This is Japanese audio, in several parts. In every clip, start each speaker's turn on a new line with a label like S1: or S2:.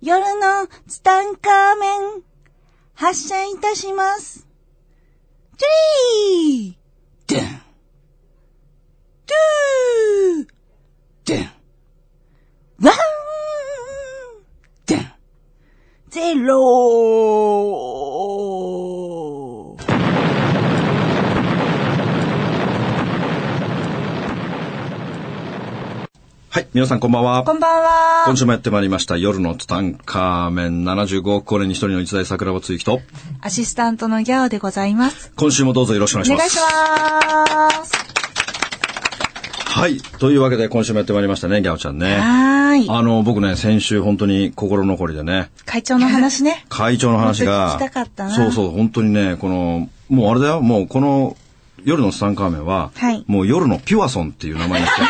S1: 夜のツタンカーメン、発射いたします。トゥリードゥントゥードゥンワンドゥンゼロー
S2: はい、皆さんこんばんは。
S1: こんばんは。
S2: 今週もやってまいりました。夜のツタンカーメン75億光年に一人の一大桜を追記と、
S1: アシスタントのギャオでございます。
S2: 今週もどうぞよろしくお願い
S1: お
S2: しま
S1: 願い
S2: す。
S1: します。
S2: はい。というわけで今週もやってまいりましたね、ギャオちゃんね。
S1: はーい。
S2: あの、僕ね、先週本当に心残りでね、。
S1: 会長の話ね
S2: 会長の話が、
S1: もっと聞きたかったな
S2: そうそう、本当にね、この、もうあれだよ、もうこの、夜のツタンカーメンは、
S1: はい
S2: もう夜のピュアソンっていう名前にして、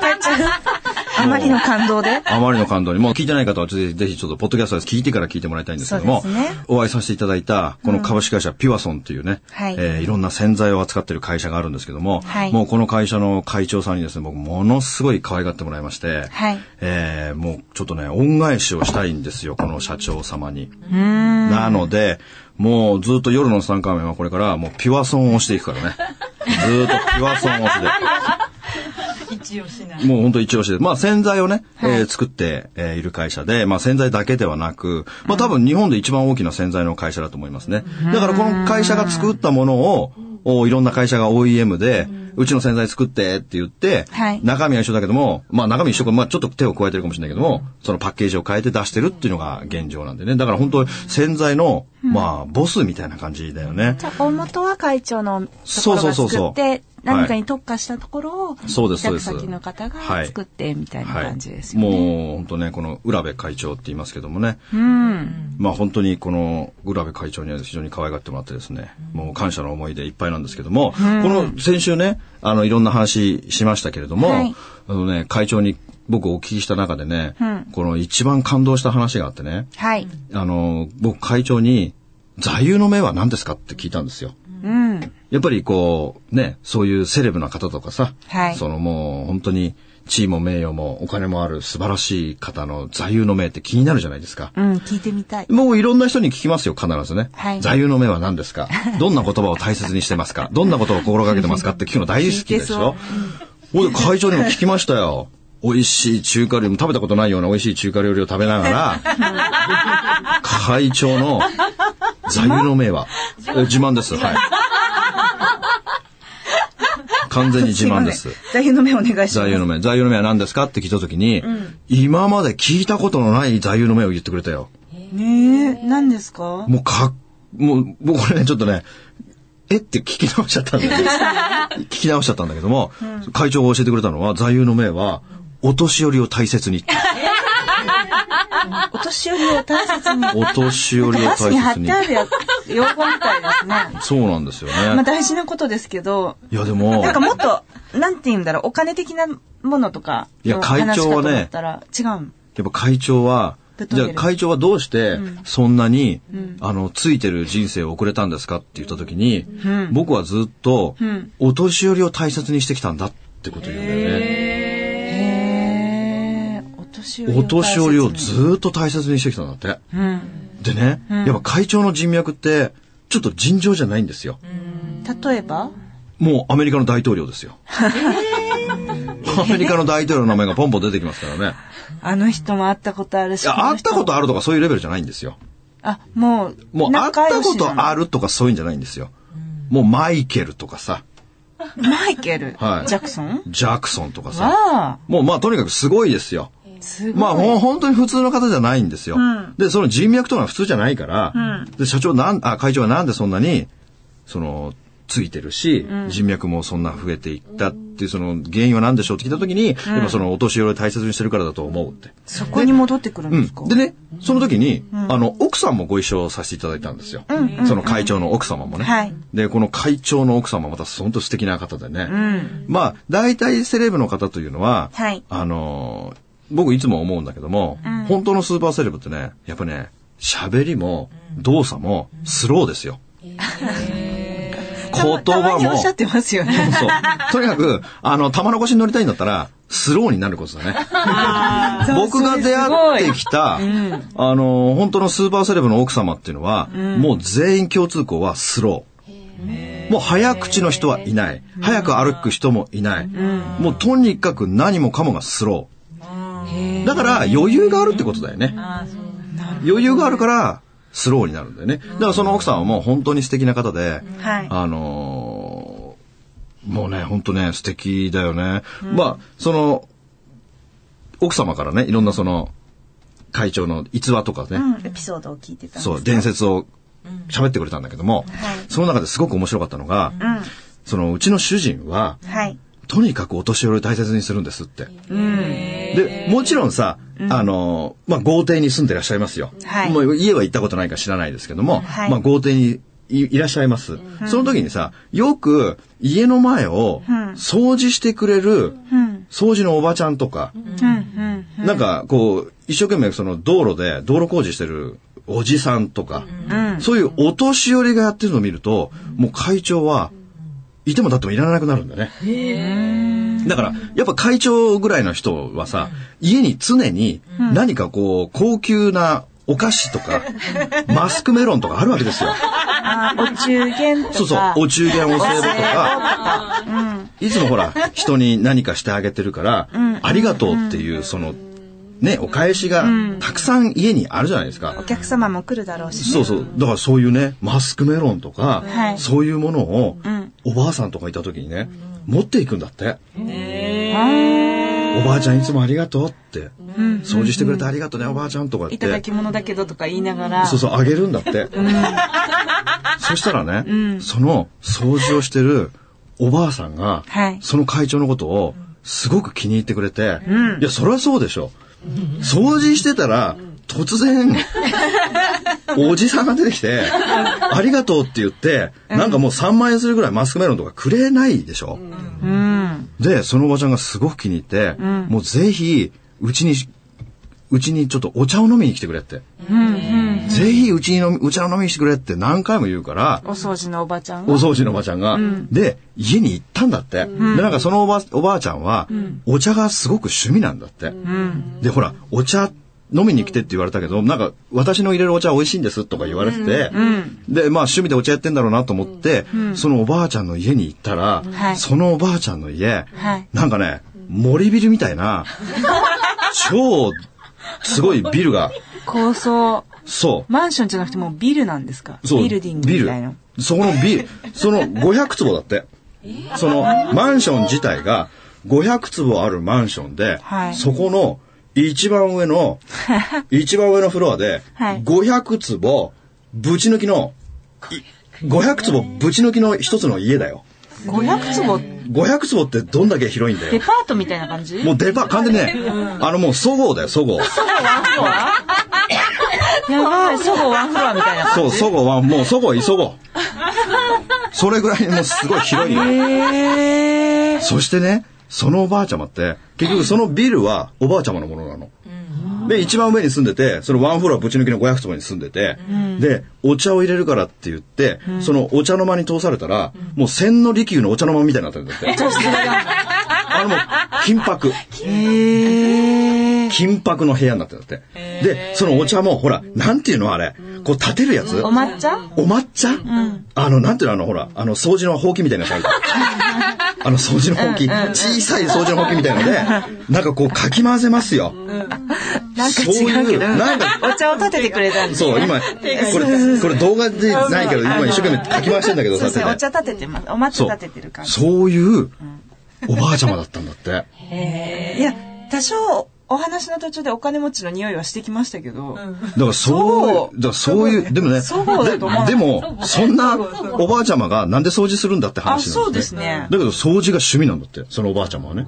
S1: 会長、 あまりの感動で。
S2: あまりの感動に、もう聞いてない方はぜひ、ぜひちょっと、ポッドキャストです聞いてから聞いてもらいたいんですけども、
S1: そうですね
S2: お会いさせていただいた、この株式会社ピュアソンっていうね、
S1: はい
S2: えーいろんな洗剤を扱ってる会社があるんですけども、
S1: はい
S2: もうこの会社の会長さんにですね、僕、ものすごい可愛がってもらいまして、
S1: はい
S2: えーもうちょっとね、恩返しをしたいんですよ、この社長様に。なので、もうずっと夜の3回目はこれから、もうピュアソンをしていくからね。ずーっとピュアソンをして。
S3: 一応しない。
S2: もう本当一押しで。まあ洗剤をね、
S1: はい
S2: えー作って、えーいる会社で、まあ洗剤だけではなく、まあ多分日本で一番大きな洗剤の会社だと思いますね。だからこの会社が作ったものを、おいろんな会社が OEM で、うちの洗剤作ってって言って、
S1: はい
S2: 中身は一緒だけども、まあ中身一緒か、まあちょっと手を加えてるかもしれないけども、そのパッケージを変えて出してるっていうのが現状なんでね。だから本当洗剤の、まあボスみたいな感じだよね。
S1: じゃあ、大元は会長のとこ
S2: そう
S1: ろ
S2: そう
S1: が
S2: そう
S1: 作
S2: そう
S1: って、何かに特化したところを、
S2: そうですそうです
S1: 客先の方が
S2: はい
S1: 作って、みたいな
S2: はい
S1: 感じですよね。
S2: もう本当ね、この浦部会長って言いますけどもね、
S1: うん。
S2: まあ本当にこの浦部会長には非常に可愛がってもらってですね、もう感謝の思いでいっぱいなんですけども、この先週ね、あのいろんな話しましたけれども、
S1: はい
S2: あのね、会長に僕お聞きした中でね、
S1: うん
S2: この一番感動した話があってね、
S1: はい。
S2: あの、僕会長に座右の銘は何ですかって聞いたんですよ。
S1: うん。
S2: やっぱりこう、ね、そういうセレブな方とかさ、
S1: はい
S2: そのもう本当に地位も名誉もお金もある素晴らしい方の座右の銘って気になるじゃないですか。
S1: うん、聞いてみたい。
S2: もういろんな人に聞きますよ、必ずね。
S1: はい
S2: 座右の銘は何です かどんな言葉を大切にしてますかどんなことを心がけてますかって聞くの大好きでしょほいで会長にも聞きましたよ。美味しい中華料理も食べたことないような美味しい中華料理を食べながら、 会長の座右の銘は、え自慢です。はい。完全に自慢です。
S1: 座右の銘お願いします。
S2: 座右の銘。座右の銘は何ですかって聞いたときに、今まで聞いたことのない座右の銘を言ってくれたよ。
S1: ねえ、何ですか
S2: もうかっ、もう、僕これね、ちょっとね、えって聞き直しちゃったんだよね。 聞き直しちゃったんだけども、会長が教えてくれたのは、座右の銘は、お年寄りを 大切に。
S1: お年寄りを大切に。
S2: お年寄りを
S1: バスに貼
S2: 大
S1: っ
S2: 切に
S1: て。あるや用語みたいですね。
S2: そうなんですよ
S1: まあ
S2: ね。
S1: 大事なことですけど、
S2: いやでも
S1: なん、かもっと、なんて言うんだろう、お金的なものとか
S2: いや
S1: の話
S2: 会
S1: かと
S2: 長
S1: 思
S2: はね
S1: ったら、違うん。
S2: やっぱ会長は、
S1: ぶっ飛
S2: じ
S1: ん
S2: ゃ
S1: で
S2: あ
S1: る
S2: 会長はどうして
S1: ん
S2: そんなに、あの、ついてる人生を送れたんですかって言った時に、
S1: ん
S2: 僕はずっと
S1: ん、
S2: お年寄りを大切にしてきたんだってこと言うんだよね。
S1: へーお年寄りを
S2: お年寄りを
S1: 大切
S2: ず
S1: に
S2: ーっと大切にしてきたんだって。
S1: うん。
S2: でね、やっぱ会長の人脈って、ちょっと尋常じゃないんですよ。
S1: 例えば
S2: もうアメリカの大統領ですよ。 アメリカの大統領の名前がポンポン出てきますからね。
S1: あの人も会ったことあるし。
S2: いや、
S1: この
S2: 会っ
S1: 人
S2: たことあるとかそういうレベルじゃないんですよ。
S1: あ、もう、
S2: もう会っ
S1: 仲
S2: た
S1: 良
S2: こ
S1: しじゃん
S2: とあるとかそういうんじゃないんですよ。もうマイケルとかさ、
S1: マイケル、
S2: はい
S1: ジャクソン
S2: ジャクソンとかさ。
S1: は、
S2: もうまあとにかくすごいですよ。
S1: すごい。
S2: まあ、ほん本当に普通の方じゃないんですよ。
S1: うん
S2: で、その人脈とか普通じゃないから、
S1: うん
S2: で、社長なん、あ、会長はなんでそんなに、その、ついてるし、
S1: うん
S2: 人脈もそんな増えていったっていう、その原因は何でしょうって聞いたときに、やっぱそのお年寄りを大切にしてるからだと思うって。
S1: そこに戻ってくるん
S2: う
S1: ですか、
S2: ん。でね、その時に、
S1: ん
S2: あの、奥さんもご一緒させていただいたんですよ。
S1: うんうんうん
S2: その会長の奥様もね。
S1: はい
S2: で、この会長の奥様また本当素敵な方でね。
S1: うん。
S2: まあ、大体セレブの方というのは、
S1: はい
S2: あのー僕いつも思うんだけども、
S1: うん
S2: 本当のスーパーセレブってね、やっぱ ね、喋りも動作もスローですよ。言葉も。
S4: たまにおっしゃってますよ ね。
S2: そう。とにかく、あの、玉の腰に乗りたいんだったら、スローになることだね。僕が出会ってきた、あの、本当のスーパーセレブの奥様っていうのは、もう全員共通項はスロー。もう早口の人はいない。早く歩く人もいない。もうとにかく何もかもがスロー。だから余裕があるってことだよね。余裕があるからスローになるんだよね。だからその奥さんはもう本当に素敵な方で、
S4: はい。
S2: あのーもうね、ほんとね、素敵だよね。まあ、その、奥様からね、いろんなその、会長の逸話とかね、
S4: エピソードを聞いてたんです
S2: そう、伝説を喋ってくれたんだけども、その中ですごく面白かったのが、その、うちの主人は、
S4: はい。
S2: とにかくお年寄りを大切にするんですって。で、もちろんさ、あの、まあ、豪邸に住んでらっしゃいますよ。
S4: はい
S2: もう家は行ったことないか知らないですけども、
S4: はい
S2: まあ、豪邸にいいらっしゃいます、その時にさ、よく家の前を掃除してくれる
S4: うん。
S2: 掃除のおばちゃんとか、
S4: うん。うん。
S2: なんかこう、一生懸命その道路で道路工事してるおじさんとか、
S4: うん。
S2: そういうお年寄りがやってるのを見ると、もう会長は、いてもたってもいられなくなるんだね。だから、やっぱ会長ぐらいの人はさ、家に常に何かこう、高級なお菓子とか、マスクメロンとかあるわ けですよ。
S4: あー、お中元とか。
S2: そうそう、お中元お歳暮とか、
S4: うん。
S2: いつもほら、人に何かしてあげてるから、ありがとうっていう、その、ね、お返しがたくさん家にあるじゃないですか。
S4: お客様も来るだろうしね。
S2: そうそう。だからそういうね、マスクメロンとか、
S4: はい
S2: そういうものを、
S4: ん
S2: おばあさんとかいた時にね、持っていくんだって。
S4: あ
S2: おばあちゃんいつもありがとうって。掃除してくれてありがとうね、おばあちゃんとかって。
S1: いただき物だけどとか言いながら
S2: そうそう、あげるんだって。そしたらね、その掃除をしてるおばあさんが、
S4: はい
S2: その会長のことをすごく気に入ってくれて、いや、そりゃそうでしょ。掃除してたら、突 然、おじさんが出てきて、ありがとうって言って、なんかもう3万円するぐらいマスクメロンとかくれないでしょ。
S4: ーうん。
S2: で、そのおばちゃんがすごく気に入って、もうぜひ、うちに、うちにちょっとお茶を飲みに来てくれって。ぜひ、うちに飲み、お茶を飲みにしてくれって何回も言うから、
S1: お掃除のおばちゃん
S2: お
S1: が
S2: 掃除のおばちゃんが、で、家に行ったんだって。で、なんかそのおば、おばあちゃんは、お茶がすごく趣味なんだって。で、ほら、お茶飲みに来てって言われたけど、なんか、私の入れるお茶美味しいんですとか言われてて、で、まあ趣味でお茶やってんだろうなと思って、そのおばあちゃんの家に行ったら、
S4: はい
S2: そのおばあちゃんの家、
S4: はい
S2: なんかね、森ビルみたいな、超、すごいビルが、
S1: 高層
S2: そう、
S1: マンションじゃなくてもうビルなんですか
S2: そう
S1: ビルディングみたいな
S2: ビルそこのビル、その500坪だって。そのマンション自体が500坪あるマンションで、
S1: はい
S2: そこの一番上の、一番上のフロアで、
S1: はい
S2: 500坪ぶち抜きの、い500坪ぶち抜きの一つの家だよ。
S1: 500坪
S2: 500坪ってどんだけ広いんだ
S1: デ
S2: よ。
S1: パートみたいな感 じ
S2: もうデパ、完全にね、あのもうそごうだよ、そごう。
S1: やばいそごうワンフロアみたいな
S2: そう、そごうは、もうそごう、急ごう。それぐらいもうすごい広いよ。
S1: へえ
S2: そしてね、そのおばあちゃまって、結局そのビルはおばあちゃまのものなの。で、一番上に住んでて、そのワンフロアぶち抜きの500坪に住んでて、で、お茶を入れるからって言って、そのお茶の間に通されたら、もう千の利休のお茶の間みたいになってるんだ って。あのもう、金箔。
S1: へえ
S2: 金箔の部屋になってるんだって。で、そのお茶も、ほら、なんていうのあれ、こう立てるやつ
S1: お抹茶
S2: お抹茶、あの、なんていうのあの、ほら、あの、掃除のほうきみたいなやつあるじゃ んあの、掃除のほうき、小さい掃除のほうきみたいので、なんかこう、かき混ぜますよ。
S1: なんか
S2: そう
S1: 違う
S2: い
S1: け
S2: う、
S1: ど
S2: なんか、
S1: お茶を立ててくれたんです
S2: そう、今、これ、これ動画でないけど、今一生懸命かき回してんだけど
S1: そ
S2: さ、
S1: うそうお
S2: 手
S1: 茶
S2: で
S1: 立ててますお抹茶
S2: そ
S1: 立ててる
S2: う、
S1: 感じ
S2: そういう、おばあちゃまだったんだって。
S1: いや多少お話の途中でお金持ちの匂いはしてきましたけど、
S2: だからそ
S1: そ
S2: ういう、だからそういう、でもね、
S1: そうだと思う
S2: ででも、そんなおばあちゃまがなんで掃除するんだって
S1: あ
S2: 話
S1: そ
S2: な
S1: うん
S2: で
S1: ですす
S2: ね。
S1: ね
S2: だけど掃除が趣味なんだって、そのおばあちゃまはね。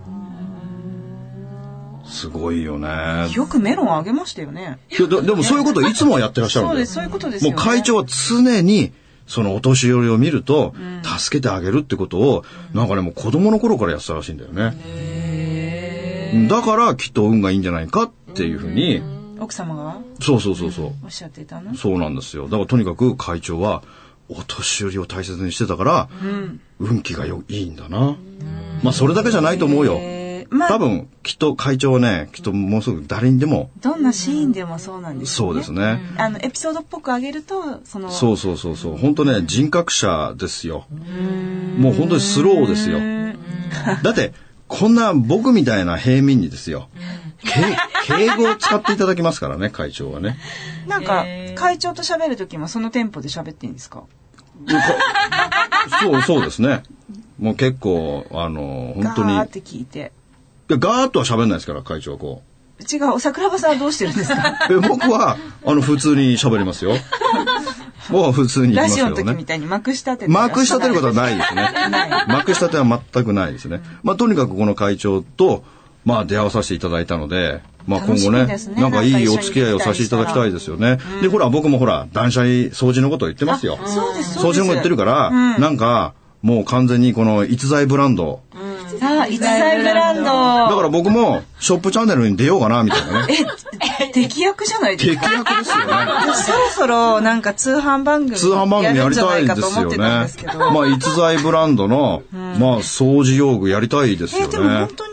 S2: すごいよね。い
S1: よくメロンあげましたよね
S2: やででもそういうことをいつもやってらっしゃるん
S1: そう
S2: だ
S1: で
S2: よ
S1: す。そういうことです
S2: も
S1: よ、
S2: う
S1: ね、
S2: 会長は常に、そのお年寄りを見ると、助けてあげるってことを、なんかね、もう子供の頃からやってたらしいんだよね。だからきっと運がいいんじゃないかっていうふうに、
S1: 奥様が
S2: そうそうそうそう。
S1: おっしゃっていたの
S2: そうなんですよ。だからとにかく会長は、お年寄りを大切にしてたから、運気がよいいんだな。まあ、それだけじゃないと思うよ。
S1: えーまあ
S2: 多分、きっと会長はね、きっともうすぐ誰にでも、
S1: どんなシーンでもそうなんですよ
S2: そうですね。
S1: あのエピソードっぽくあげるとその
S2: そうそうそうそう。本当ね、人格者ですよ。もう本当にスローですよ。だって、こんな僕みたいな平民にですよ。 け敬語を使っていただきますからね、会長はね。
S1: なんか会長と喋る時もそのテンポで喋っていいんですか
S2: そう、そうですね。もう結構、あの、本当
S1: ガー
S2: に。いや
S1: って聞いて
S2: ガーッとは喋んないですから、会長はこう。
S1: 違う桜庭さんはどうしてるんですか
S2: え僕は、あの、普通に喋りますよ。僕は普通に言い
S1: ラ
S2: ます
S1: ジオ
S2: よ
S1: の時み
S2: ね。
S1: たいにまくしたて て
S2: まくしたてることはないで すね。まくしたては全くないですね。まあ、とにかくこの会長と、まあ、出会わさせていただいたので、まあ、今後
S1: 楽
S2: ね
S1: しみですね
S2: なんかいいお付き合いをさせていただきたいですよね。で、ほら、僕もほら、断捨離掃除のことを言ってますよ。
S1: そうですそ
S2: 掃
S1: うです
S2: 除のこと言ってるから、なんか、もう完全にこの逸材ブランド。
S1: さあ一大ブランド
S2: だから僕も、ショップチャンネルに出ようかな、みたい なね。
S1: え敵役じゃないです
S2: 敵
S1: か
S2: 役ですよね。
S1: 私そろそろなんか通販番組
S2: 通販番組やりたい
S1: るんじゃな
S2: で
S1: かと
S2: す
S1: 思
S2: よ
S1: っ
S2: ね。
S1: てたんですけど
S2: まあ、逸材ブランドの、まあ、掃除用具やりたいです
S1: え
S2: よ
S1: ーでも
S2: ね
S1: 本。当に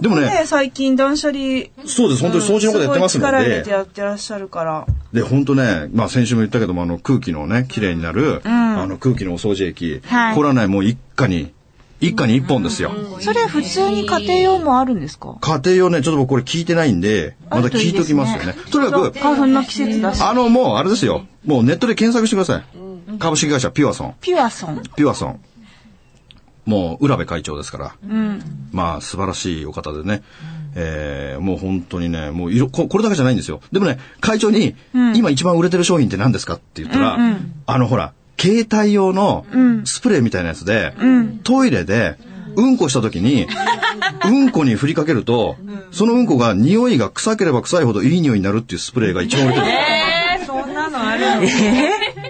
S2: でもね
S1: 僕最近断捨離
S2: そうです、本当に掃除のことやってます
S1: ごい
S2: の
S1: 力入れて
S2: で、
S1: やってらっしゃるから
S2: で、本当ね、まあ、先週も言ったけども、あの、空気のね、綺麗になる、あの、空気のお掃除液、
S1: はい
S2: これはね、もう一家に、一家に一本ですよ。
S1: それ普通に家庭用もあるんですか
S2: 家庭用ね、ちょっと僕これ聞いてないんで、また聞いときますよね。とにかく、
S1: 花粉の季節だし
S2: あの、もう、あれですよ。もうネットで検索してください。株式会社ピュアソン。
S1: ピュアソン
S2: ピュアソン。もう、浦部会長ですから。
S1: うん
S2: まあ、素晴らしいお方でね。えー、もう本当にね、もういろこ、これだけじゃないんですよ。でもね、会長に、今一番売れてる商品って何ですかって言ったら、あの、ほら、携帯用のスプレーみたいなやつで、トイレで、うんこした時に、うんこに振りかけると、そのうんこが匂いが臭ければ臭いほどいい匂いになるっていうスプレーが一番売れてる。
S1: そんなのあるんです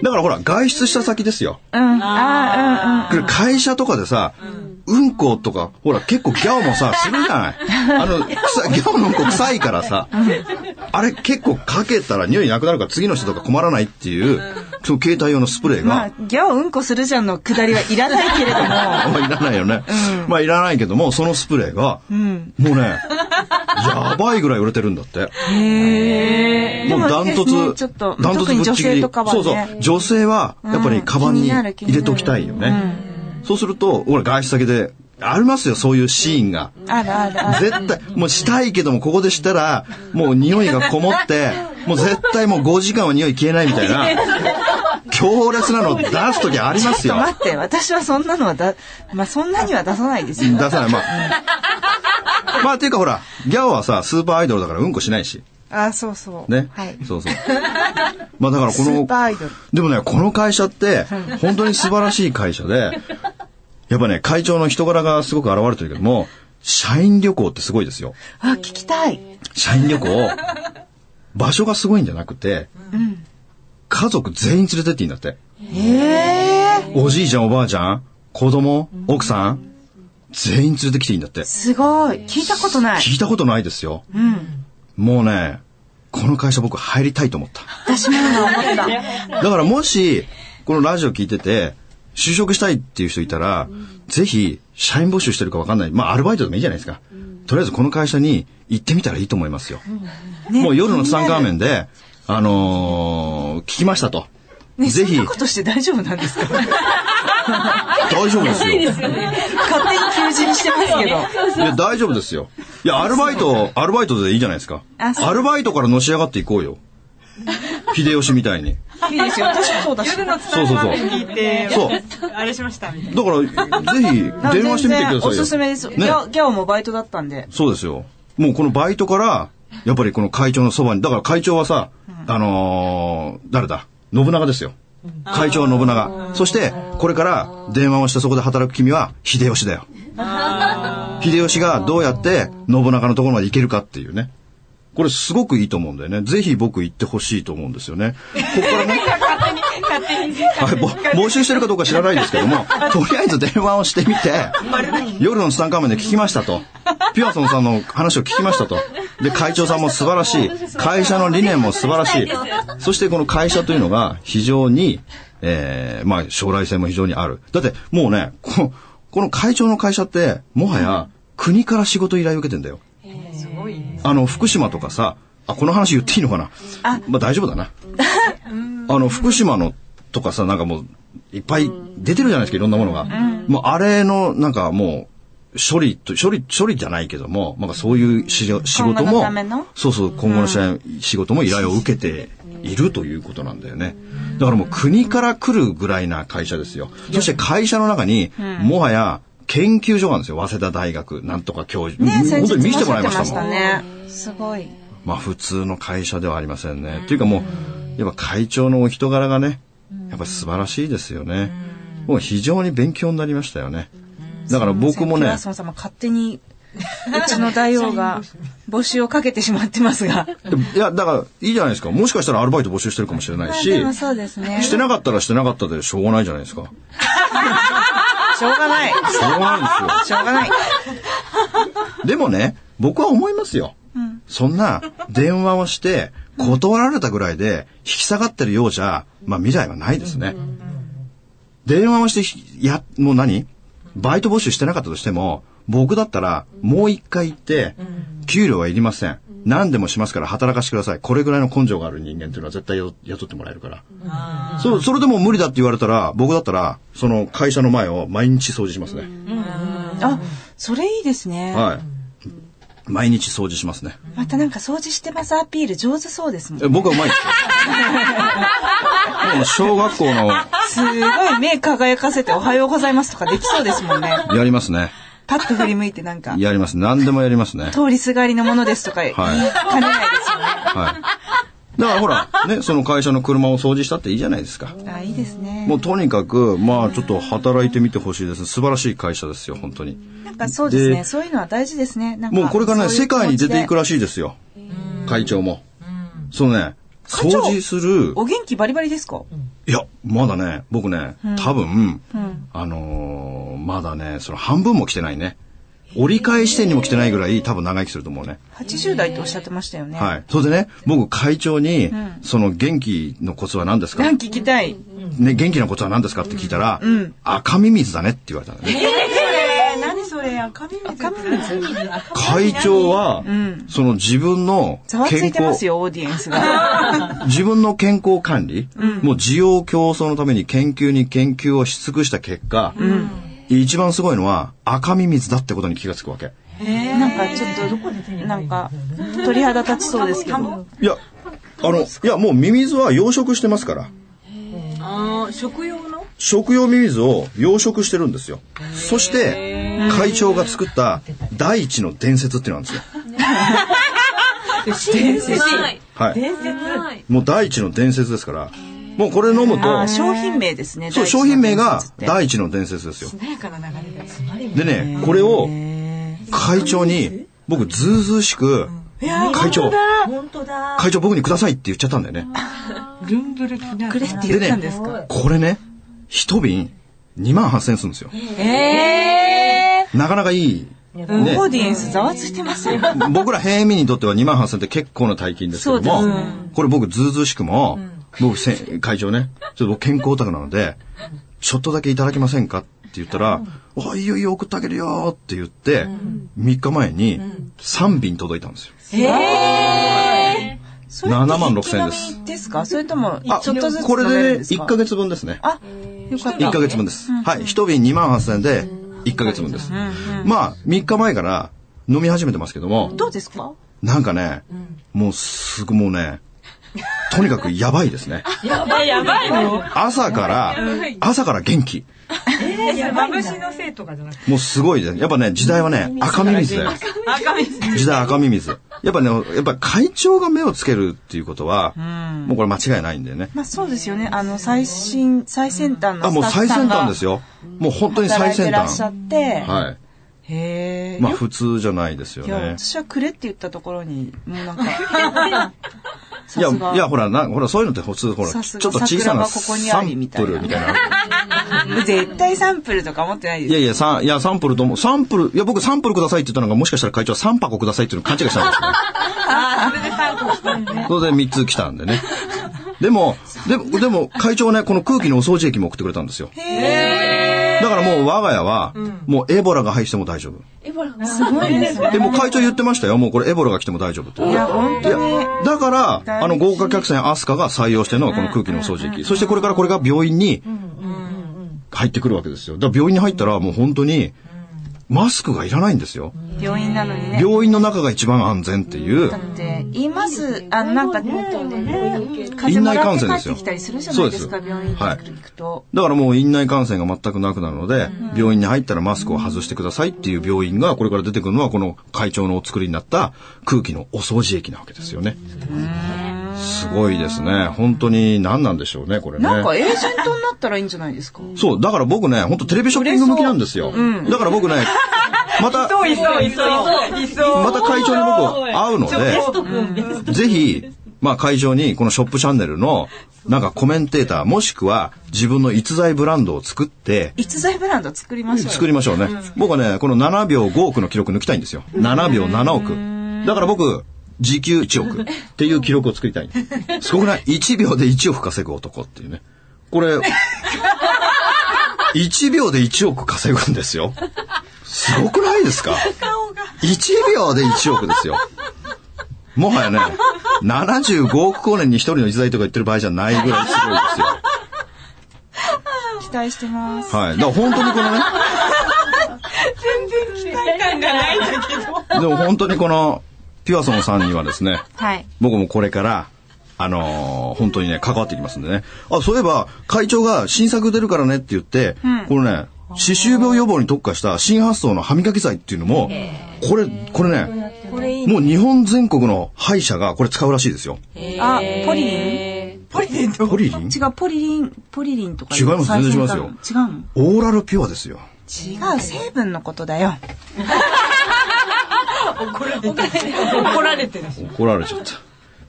S2: だからほら、外出した先ですよ。
S1: うんあ
S2: これ会社とかでさ、うんことか、ほら、結構ギャオも さ、するじゃない。あの、臭いギャオのうんこ臭いからさ、あれ結構かけたら匂いなくなるから次の人とか困らないっていう、その携帯用のスプレー
S1: うんうんまあ
S2: が、
S1: ギャオうんこするじゃんのくだりはいらないけれども
S2: あんまいらないよね。まあいらないけども、そのスプレーが、
S1: ん
S2: もうね、やばいぐらい売れてるんだって。
S1: へえ
S2: もうダントツ、
S1: ちょっと
S2: ダント
S1: 特
S2: ツぶ
S1: に
S2: っ
S1: 女
S2: ちぎ
S1: 性
S2: り。
S1: とかはね
S2: そうそう。女性は、やっぱりカバン
S1: 気
S2: に
S1: になる気に
S2: 入
S1: なる
S2: れときたいよね。そうすると、俺外出先で、ありますよ、そういうシーンが。
S1: あるあるある
S2: 絶対、もうしたいけども、ここでしたら、もう匂いがこもって、もう絶対もう5時間は匂い消えないみたいな、強烈なのを出すときあります
S1: ちょ
S2: よ
S1: っ。と待って私はそんなのはだまあそんなには出さないですよ
S2: 出さない、まあ。まあ、っていうかほら、ギャオはさ、スーパーアイドルだからうんこしないし。
S1: あそうそう
S2: ね。
S1: はい
S2: そうそう。まあだからこ
S1: スー
S2: の
S1: パーアイドル、
S2: でもね、この会社って、本当に素晴らしい会社で、やっぱね、会長の人柄がすごく現れてるけども、社員旅行ってすごいですよ。
S1: あ聞きたい
S2: 社員旅行、場所がすごいんじゃなくて、家族全員連れてっていいんだって。おじいちゃん、おばあちゃん、子供、奥さん、全員連れてきていいんだって。
S1: すごい聞いたことない
S2: 聞いたことないですよ。もうね、この会社僕入りたいと思った。
S1: 私も今思った
S2: だからもし、このラジオ聞いてて、就職したいっていう人いたら、ぜひ、社員募集してるかわかんない。まあ、アルバイトでもいいじゃないですか。とりあえずこの会社に行ってみたらいいと思いますよ。もう夜のツタンカーメンで、あのー聞きましたと。
S1: ね
S2: ぜひ
S1: そんな、ことして大丈夫なんですか
S2: 大丈夫ですよ。
S1: 勝手に求人してますけど。
S2: いや、大丈夫ですよ。いや、アルバイト、アルバイトでいいじゃないですか。
S1: あそう
S2: アルバイトからのし上がってい こうよ。秀吉みたいに。
S1: いいですよ。私もそうだし。
S5: 夜のツタ
S2: そう
S5: ン
S2: そう
S5: カー
S2: そう
S5: メン聞いて、
S2: そう
S5: あれしましたみたい
S2: だ
S5: な。
S2: から、 ぜひ、電話してみてください
S1: 全
S2: よ。
S1: 然おすすめです。ギ
S2: ね
S1: ャオギャオもバイトだったんで。
S2: そうですよ。もうこのバイトから、やっぱりこの会長のそばに、だから会長はさ、あのー誰だ信長ですよ。会長は信長。そして、これから電話をしてそこで働く君は秀吉だよ。秀吉がどうやって信長のところまで行けるかっていうね。これすごくいいと思うんだよね。ぜひ僕行ってほしいと思うんですよね。ここからね。はい、ぼ募集してるかどうか知らないですけども、とりあえず電話をしてみて、夜のツタンカーメンで聞きましたと。ピュアソンさんの話を聞きましたと。で、会長さんも素晴らしい。会社の理念も素晴らしい。そしてこの会社というのが非常に、えーまあ将来性も非常にある。だってもうね、ここの会長の会社って、もはや国から仕事依頼を受けてんだよ。
S1: すごいね。
S2: あの、福島とかさ、あ、この話言っていいのかなまあ大丈夫 だな。あの、福島のとかさ、なんかもう、いっぱい出てるじゃないですか、いろんなものが。もう、あれの、なんかもう、処理と、処理、処理じゃないけども、なんかそういうし仕事
S1: 今後の
S2: も
S1: ための、
S2: そうそう、今後の試合仕事も依頼を受けているということなんだよね。だからもう国から来るぐらいな会社ですよ。そして会社の中に、もはや、研究所があるんですよ。早稲田大学、なんとか教授。
S1: ね、先
S2: 本当
S1: 日
S2: に
S1: 見
S2: 見せ
S1: せ
S2: て
S1: て
S2: も
S1: もら
S2: らい
S1: いま
S2: ました
S1: した
S2: もん。
S1: ね。すごい。
S2: まあ普通の会社ではありませんね。っていうかもう、やっぱ会長のお人柄がね、やっぱ素晴らしいですよね。もう非常に勉強になりましたよね。だから僕も
S1: キ
S2: ね
S1: ラ、ソン様勝手に、うちの大王が募集をかけてしまってますが。
S2: いや、だからいいじゃないですか。もしかしたらアルバイト募集してるかもしれないし、
S1: でもそうですね。
S2: してなかったらしてなかったでしょうがないじゃないですか。
S1: しょうがない。
S2: しょうがないんですよ。
S1: しょうがない。
S2: でもね、僕は思いますよ。そんな電話をして断られたぐらいで引き下がってるようじゃ、まあ未来はないですね。電話をしてひ、や、もう何バイト募集してなかったとしても、僕だったらもう一回行って、給料はいりません。何でもしますから働かしてください。これぐらいの根性がある人間っていうのは絶対よ雇ってもらえるから。そう、それでも無理だって言われたら、僕だったら、その会社の前を毎日掃除しますね。
S1: あ、それいいですね。
S2: はい。毎日掃除しますね。
S1: またなんか掃除してますアピール上手そうですもん。
S2: え僕はうまいですよ。でも小学校の
S1: すごい目輝かせておはようございますとかできそうですもんね。
S2: やりますね。
S1: パッと振り向いてなんか、
S2: やります。何でもやりますね。
S1: 通りすがりのものですとか言いかねないですよ ね。
S2: はい。だからほら、ね、その会社の車を掃除したっていいじゃないですか。
S1: あ、いいですね。
S2: もうとにかく、まあちょっと働いてみてほしいです。素晴らしい会社ですよ、本当に。
S1: なんかそうです
S2: で
S1: ね。そういうのは大事ですね。なんか
S2: もうこれからね、世界に出ていく
S1: ら
S2: らしいですよ。会長も。そのね、掃
S1: 会長
S2: 除する。
S1: お元気バリバリですか
S2: いや、まだね、僕ね、多分、あのーまだね、その半分も来てないね。折り返し点にも来てないぐらい多分長生きすると思うね。
S1: ?80 代とおっしゃってましたよね。
S2: はい。それでね、僕会長に、その元気のコツは何ですか、
S1: なんか聞きたい。
S2: ね、元気のコツは何ですかって聞いたら、赤ミミズだねって言われたんだね。
S5: えー、何それ赤身水
S1: 神水
S2: 会長は、その自分の
S1: ざわつい
S2: 健
S1: てます
S2: 康、
S1: よ、オーディエンス が。
S2: 自分の健康管理、もう需要競争のために研究に研究をし尽くした結果、一番すごいのは赤ミミズだってことに気がつくわけ。
S1: なんかちょっと、どこでなんか、鳥肌立ちそうですけど。
S2: いや、あの、いや、もうミミズは養殖してますから。
S5: あー食用の
S2: 食用ミミズを養殖してるんですよ。そして、会長が作った第一の伝説っていうのなんですよ。
S5: 伝説ない
S2: はい。
S5: 伝説ない
S2: もう第一の伝説ですから、もうこれ飲む
S1: あ
S2: と
S1: ー、商品名ですね。
S2: そう、
S1: 第一の
S2: 商品名が
S1: 伝説って
S2: 第一の伝説ですよ。
S5: 穏やかな流れです
S2: でね、これを会長に、僕、ずうずうしく、会長、
S5: 本当だ
S2: 会長僕にくださいって言っちゃったんだよね。
S5: ルンブルキナ
S1: くれって言ったんですか、
S2: これね、一瓶2万8000円するんですよ。
S1: え
S2: なかなかいい。
S1: えー
S2: ね
S1: オーディエンスざわついてますよ。
S2: 僕ら平民にとっては2万8000って結構な大金ですけども、
S1: そうで
S2: これ僕ずうずうしくも、僕せ会長ね、ちょっと僕健康オタクなので、ちょっとだけいただけませんかって言ったら、あ、いいよいいよ送ってあげるよって言って、3日前に3瓶届いたんですよ。
S1: それって
S2: 7万6000円です
S1: 一気飲みですかそれとも、ちょ
S2: あ、
S1: っとずつ
S2: これ
S1: 飲める
S2: で
S1: んです
S2: 1
S1: か
S2: ヶ月分ですね。
S1: あ、よかった。
S2: 1ヶ月分です。はい。1瓶2万8000円で1ヶ月分です。まあ、3日前から飲み始めてますけども、
S1: どうですか
S2: なんかね、もうすぐもうね、とにかくやばいで すね。
S5: やばいの
S2: 朝から、朝から元気。
S5: まぶしのせいとかじゃなくて
S2: もうすごいです。やっぱね、時代はね、赤ミミズだよ。
S5: 赤身水
S2: 時代赤ミミズ。やっぱね、やっぱ会長が目をつけるっていうことは、もうこれ間違いないんだよね。
S1: まあそうですよね。あの、最新、最先端
S2: あ、
S1: の
S2: も
S1: ス
S2: う
S1: タッフ
S2: 最
S1: さん
S2: 先
S1: が
S2: 端ですよ。もう本当に最
S1: 働いて
S2: 先
S1: らっしゃっ
S2: 端。
S1: て、
S2: は
S1: へえ。
S2: い。まあ
S1: よ
S2: 普通じゃないですよ
S1: いや、
S2: ね。
S1: 私はくれって言ったところに、もうなん か、
S2: い
S1: さ
S2: や、
S1: すが
S2: いや、ほら、な、ほら、そういうのって普通、ほら、ちょ
S1: さす
S2: っ
S1: が
S2: と小さ
S1: 桜が
S2: な
S1: ここにあ
S2: サ
S1: り
S2: ン
S1: みた
S2: プ
S1: いな
S2: ルみたいな。
S1: 絶対サンプルとか持ってないです
S2: いやいや、さん、いや、サンプルとも、サンプル、いや、僕サンプルくださいって言ったのが、もしかしたら会長は3箱くださいっていうのを勘違いしたんですよね。
S5: あーそれで最後来たんで
S2: それで3つ来たんでね。でも、でも、でも会長はね、この空気のお掃除液も送ってくれたんですよ。だからもう我が家は、もうエボラが入っても大丈夫。
S4: すごいですね。
S2: でも会長言ってましたよ。もうこれエボラが来ても大丈夫って。
S1: いや、本当に。
S2: だから、あの、豪華客船アスカが採用してるのはこの空気のお掃除機。そしてこれからこれが病院に入ってくるわけですよ。だから病院に入ったらもう本当に、マスクがいらないんですよ。
S1: 病院なのにね。
S2: 病院の中が一番安全っていう
S1: だ。って、言います。あの、なんか、もっとね、風邪
S2: 院
S1: も
S2: 内
S1: ら
S2: 感
S1: って帰
S2: 染で
S1: っ
S2: す
S1: て
S2: よ
S1: きたりするじゃないですか、
S2: そうです
S1: 病院に
S2: はい
S1: 行くと。
S2: だからもう院内感染が全くなくなるので、病院に入ったらマスクを外してくださいっていう病院がこれから出てくるのはこの会長のお作りになった空気のお掃除液なわけですよね。すごいですね。本当に何なんでしょうね、これね。
S1: なんか、エージェントになったらいいんじゃないですか。
S2: そう、だから僕ね、本当テレビショッピング向きなんですよ。だから僕ね、また、
S5: そう、いそう、いそう、いそう。
S2: また会長に僕会うので、ぜひ、まあ会長にこのショップチャンネルの、なんかコメンテーター、もしくは自分の逸材ブランドを作って、
S1: 逸材ブランド作りましょう。
S2: 作りましょうね。僕はね、この7秒5億の記録抜きたいんですよ。7秒7億。だから僕、時給1億っていう記録を作りたい。すごくない ?1 秒で1億稼ぐ男っていうね。こ れ、1秒で1億稼ぐんですよ。すごくないですか ?1 秒で1億ですよ。もはやね、75億光年に1人の逸材とか言ってる場合じゃないぐらいすごいですよ。
S1: 期待してます。
S2: はい。だから本当にこのね。全然期待感がないんだけど。でも本当にこの、ピュアソンさんにはですね、
S1: はい。
S2: 僕もこれから、あのー本当にね、関わってきますんでね。あ、そういえば、会長が新作出るからねって言って、このね、歯周病予防に特化した新発想の歯磨き剤っていうのも、これ、これね、もう日本全国の歯医者がこれ使うらしいですよ。
S1: あ、ポリリン
S2: ポリリン
S1: 違う、ポリリン、ポリリンとかう
S2: 違います全然違いますよ
S1: 最先端の
S2: オーラルピュアですよ。
S1: 違うの違う、成分のことだよ。
S5: 怒られてる。
S2: 怒られちゃった。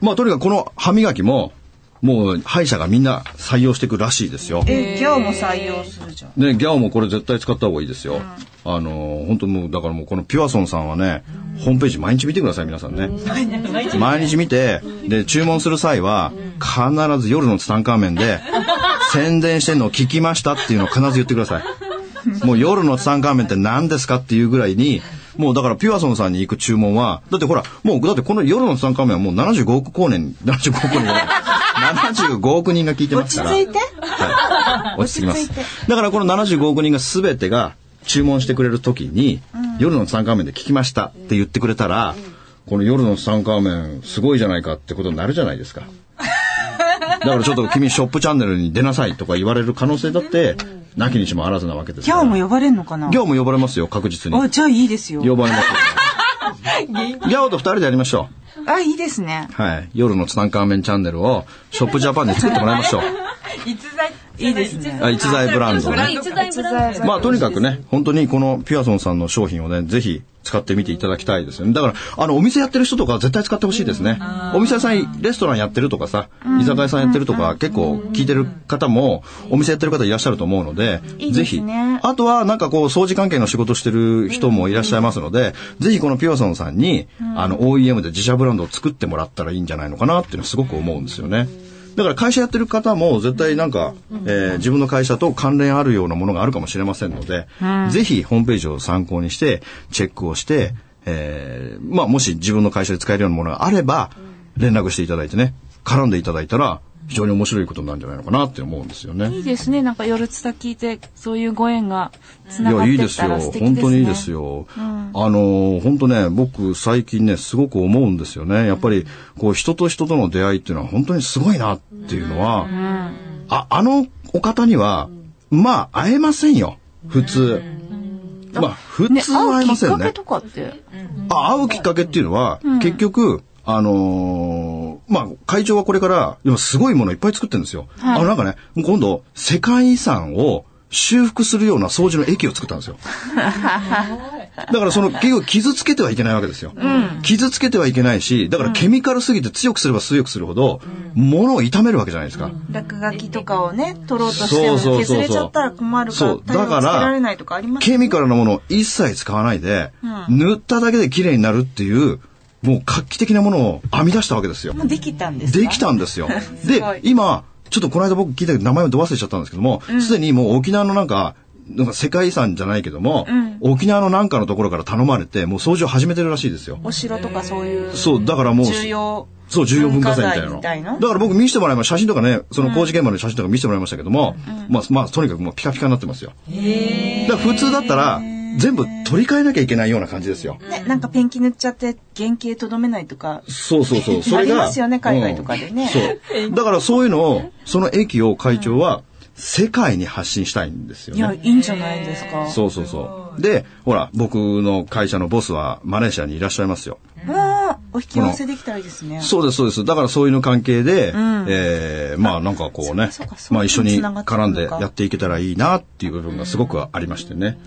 S2: まあとにかくこの歯磨きも、もう歯医者がみんな採用していくらしいですよ。ね、
S1: え、ギャオも採用するじゃん。
S2: ギャオもこれ絶対使った方がいいですよ。あのー、本当もう、だからもうこのピュアソンさんはね、ホームページ毎日見てください、皆さんね。毎日見て、で、注文する際は、必ず夜のツタンカーメン で、宣伝してんのを聞きましたっていうのを必ず言ってください。もう夜のツタンカーメンって何ですかっていうぐらいに、もうだからピュアソンさんに行く注文は、だってほら、もう、だってこの夜のツタンカーメンはもう75億光年、75億光年じゃない、75億人が聞いてますから。
S1: 落ち着いて
S2: はい、落ち着きます。だからこの75億人が全てが注文してくれる時に、夜のツタンカーメンで聞きましたって言ってくれたら、この夜のツタンカーメンすごいじゃないかってことになるじゃない ですか。だからちょっと君ショップチャンネルに出なさいとか言われる可能性だって、なきにしもあらずなわけです
S1: ギ
S2: か
S1: ャオ
S2: ら。
S1: も呼ばれんのかな
S2: ギャオも呼ばれますよ、確実に。
S1: あ、じゃあいいですよ。
S2: 呼ばれます よ。ギャオと二人でやりましょ
S1: あ、いいですね
S2: う。。はい。夜のツタンカーメンチャンネルを、ショップジャパンで作ってもらい ましょう。
S1: いいですね。
S2: あ逸材ブランドね。まあとにかくね、本当にこのピュアソンさんの商品をね、ぜひ使ってみていただきたいですよね。だから、あの、お店やってる人とか絶対使ってほしいですね。お店屋さん、レストランやってるとかさ、居酒屋さんやってるとか、結構聞いてる方も、お店やってる方いらっしゃると思うので、
S1: いい
S2: ぜ
S1: で
S2: ひ
S1: すね、
S2: あとはなんかこう、掃除関係の仕事してる人もいらっしゃいますので、ぜひこのピュアソンさんに、あの、OEM で自社ブランドを作ってもらったらいいんじゃないのかなっていうのはすごく思うんですよね。だから会社やってる方も絶対なんか、えー自分の会社と関連あるようなものがあるかもしれませんので、ぜひホームページを参考にして、チェックをして、えーまあもし自分の会社で使えるようなものがあれば、連絡していただいてね、絡んでいただいたら、非常に面白いことになるんじゃないのかなって思うんですよね。
S6: いいですね。なんか夜つた聞いて、そういうご縁がつ
S2: い
S6: なが
S2: や、
S6: って
S2: いいで
S6: っ
S2: す
S6: た
S2: よ。
S6: ら素敵ですね。
S2: 本当にいいですよ。あの、本当ね、僕最近ね、すごく思うんですよね。やっぱり、こう、人と人との出会いっていうのは本当にすごいなっていうのは、あ、あのお方には、まあ、会えませんよ。普通。まあ、普
S6: ね、
S2: 通は
S6: 会う
S2: 会えま
S6: きっ
S2: せん
S6: か
S2: ね
S6: け。とかって。
S2: あ会うきっかけっていうのは、結局、あのーまあ、会長はこれから、今すごいものいっぱい作ってるんですよ。あの、なんかね、今度、世界遺産を修復するような掃除の駅を作ったんです よ。だからその、結局傷つけてはいけないわけですよ。傷つけてはいけないし、だからケミカルすぎて強くすれば強くするほど、物を傷めるわけじゃないですか。
S1: 落書きとかをね、取ろうとしても
S2: そうそうそうそう
S1: 削れちゃったら困るか
S2: そう
S1: ら、
S2: だ
S1: 対
S2: から
S1: 応つけられないとかあります
S2: ケミカルなものを一切使わないで、塗っただけで綺麗になるっていうもう画期的なものを編み出したわけですよ。
S1: もうできたんですか
S2: できたんですよ。
S1: すご
S2: で
S1: い、
S2: 今、ちょっとこの間僕聞いたけど名前をど忘れしちゃったんですけども、すでにもう沖縄のなんか、なんか世界遺産じゃないけども、沖縄のなんかのところから頼まれて、もう掃除を始めてるらしいですよ。
S1: お城とかそういう。
S2: そう、だからもう、
S1: 重要。
S2: そう、重要文化財みたいな
S1: 文化財みたいな
S2: だから僕見せてもらいました。写真とかね、その工事現場の写真とか見せてもらいましたけども、まあ、まあ、とにかくもうピカピカになってますよ。だから普通だったら、全部取り替えなきゃいけないような感じですよ。
S1: ね、なんかペンキ塗っちゃって原型とどめないとか。
S2: そうそうそう。そ
S1: あ
S2: れ
S1: り
S2: が。
S1: ますよね、海外とかでね。
S2: うんそう。だからそういうのを、その駅を会長は世界に発信したいんですよ
S1: いや、
S2: ね。
S1: いいんじゃないですか。
S2: そうそうそう。で、ほら、僕の会社のボスはマレーシアにいらっしゃいますよ。
S1: うわあ、お引き合わせできたらいいですね。
S2: そうです、そうです。だからそういうの関係で、えーまあなんかこうね
S1: そうかそうか、そう
S2: まあ一緒に
S1: 繋がってくる
S2: 絡
S1: の
S2: ん
S1: か
S2: でやっていけたらいいなっていう部分がすごくありましてね。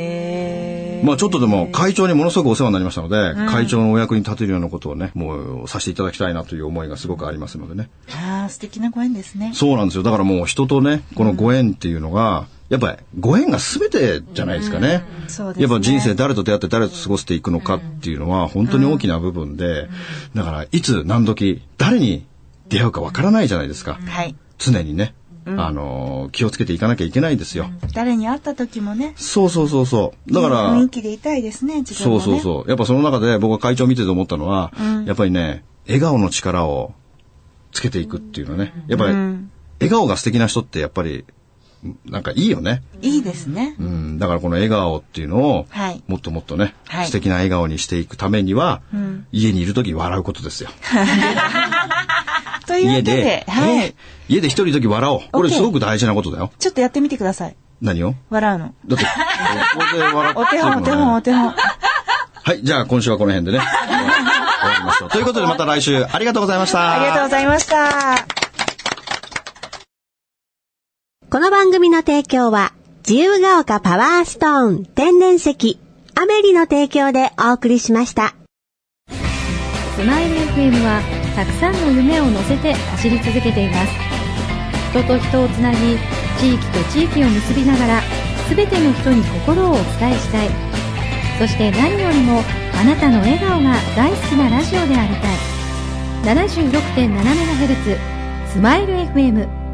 S1: へ
S2: まあちょっとでも会長にものすごくお世話になりましたので、会長のお役に立てるようなことをね、もうさせていただきたいなという思いがすごくありますのでね。
S1: え。ああ、素敵なご縁ですね。
S2: そうなんですよ。だからもう人とね、このご縁っていうのが、やっぱりご縁が全てじゃないですかね。
S1: そうですね
S2: やっぱ人生誰と出会って誰と過ごしていくのかっていうのは本当に大きな部分で、だからいつ何時誰に出会うかわからないじゃないですか。
S1: はい。
S2: 常にね、あのー、気をつけていかなきゃいけないですよ。
S1: 誰に会った時もね、
S2: そうそうそうそう。だから、
S1: いい雰囲気でいたいですね、自分
S2: そ
S1: も、
S2: う
S1: ね。
S2: そうそう。やっぱその中で僕は会長を見てて思ったのは、やっぱりね、笑顔の力をつけていくっていうのはね。やっぱり、笑顔が素敵な人ってやっぱり、なんかいいよね。
S1: いいですね
S2: う。ん。だからこの笑顔っていうのを、
S1: はい
S2: もっともっとね、
S1: はい
S2: 素敵な笑顔にしていくためには、家にいるとき笑うことですよ。
S1: というわけ
S2: 家
S1: で、
S2: で、
S1: はい、
S2: ね家で一人の時笑おう。これ
S1: OK
S2: すごく大事なことだよ。
S1: ちょっとやってみてください。
S2: 何を
S1: 笑うの。
S2: だって、ここで笑って
S1: お手
S2: るのね
S1: 本、お手本、お手本。
S2: はい、じゃあ今週はこ の辺でね。終わりましょうということでまた来週ありがとうございました。
S1: ありがとうございました。
S7: この番組の提供は、自由が丘パワーストーン天然石、アメリの提供でお送りしました。
S8: スマイル FM はたくさんの夢を乗せて走り続けています人と人をつなぎ地域と地域を結びながら全ての人に心をお伝えしたいそして何よりもあなたの笑顔が大好きなラジオでありたい 76.7MHz スマイル FM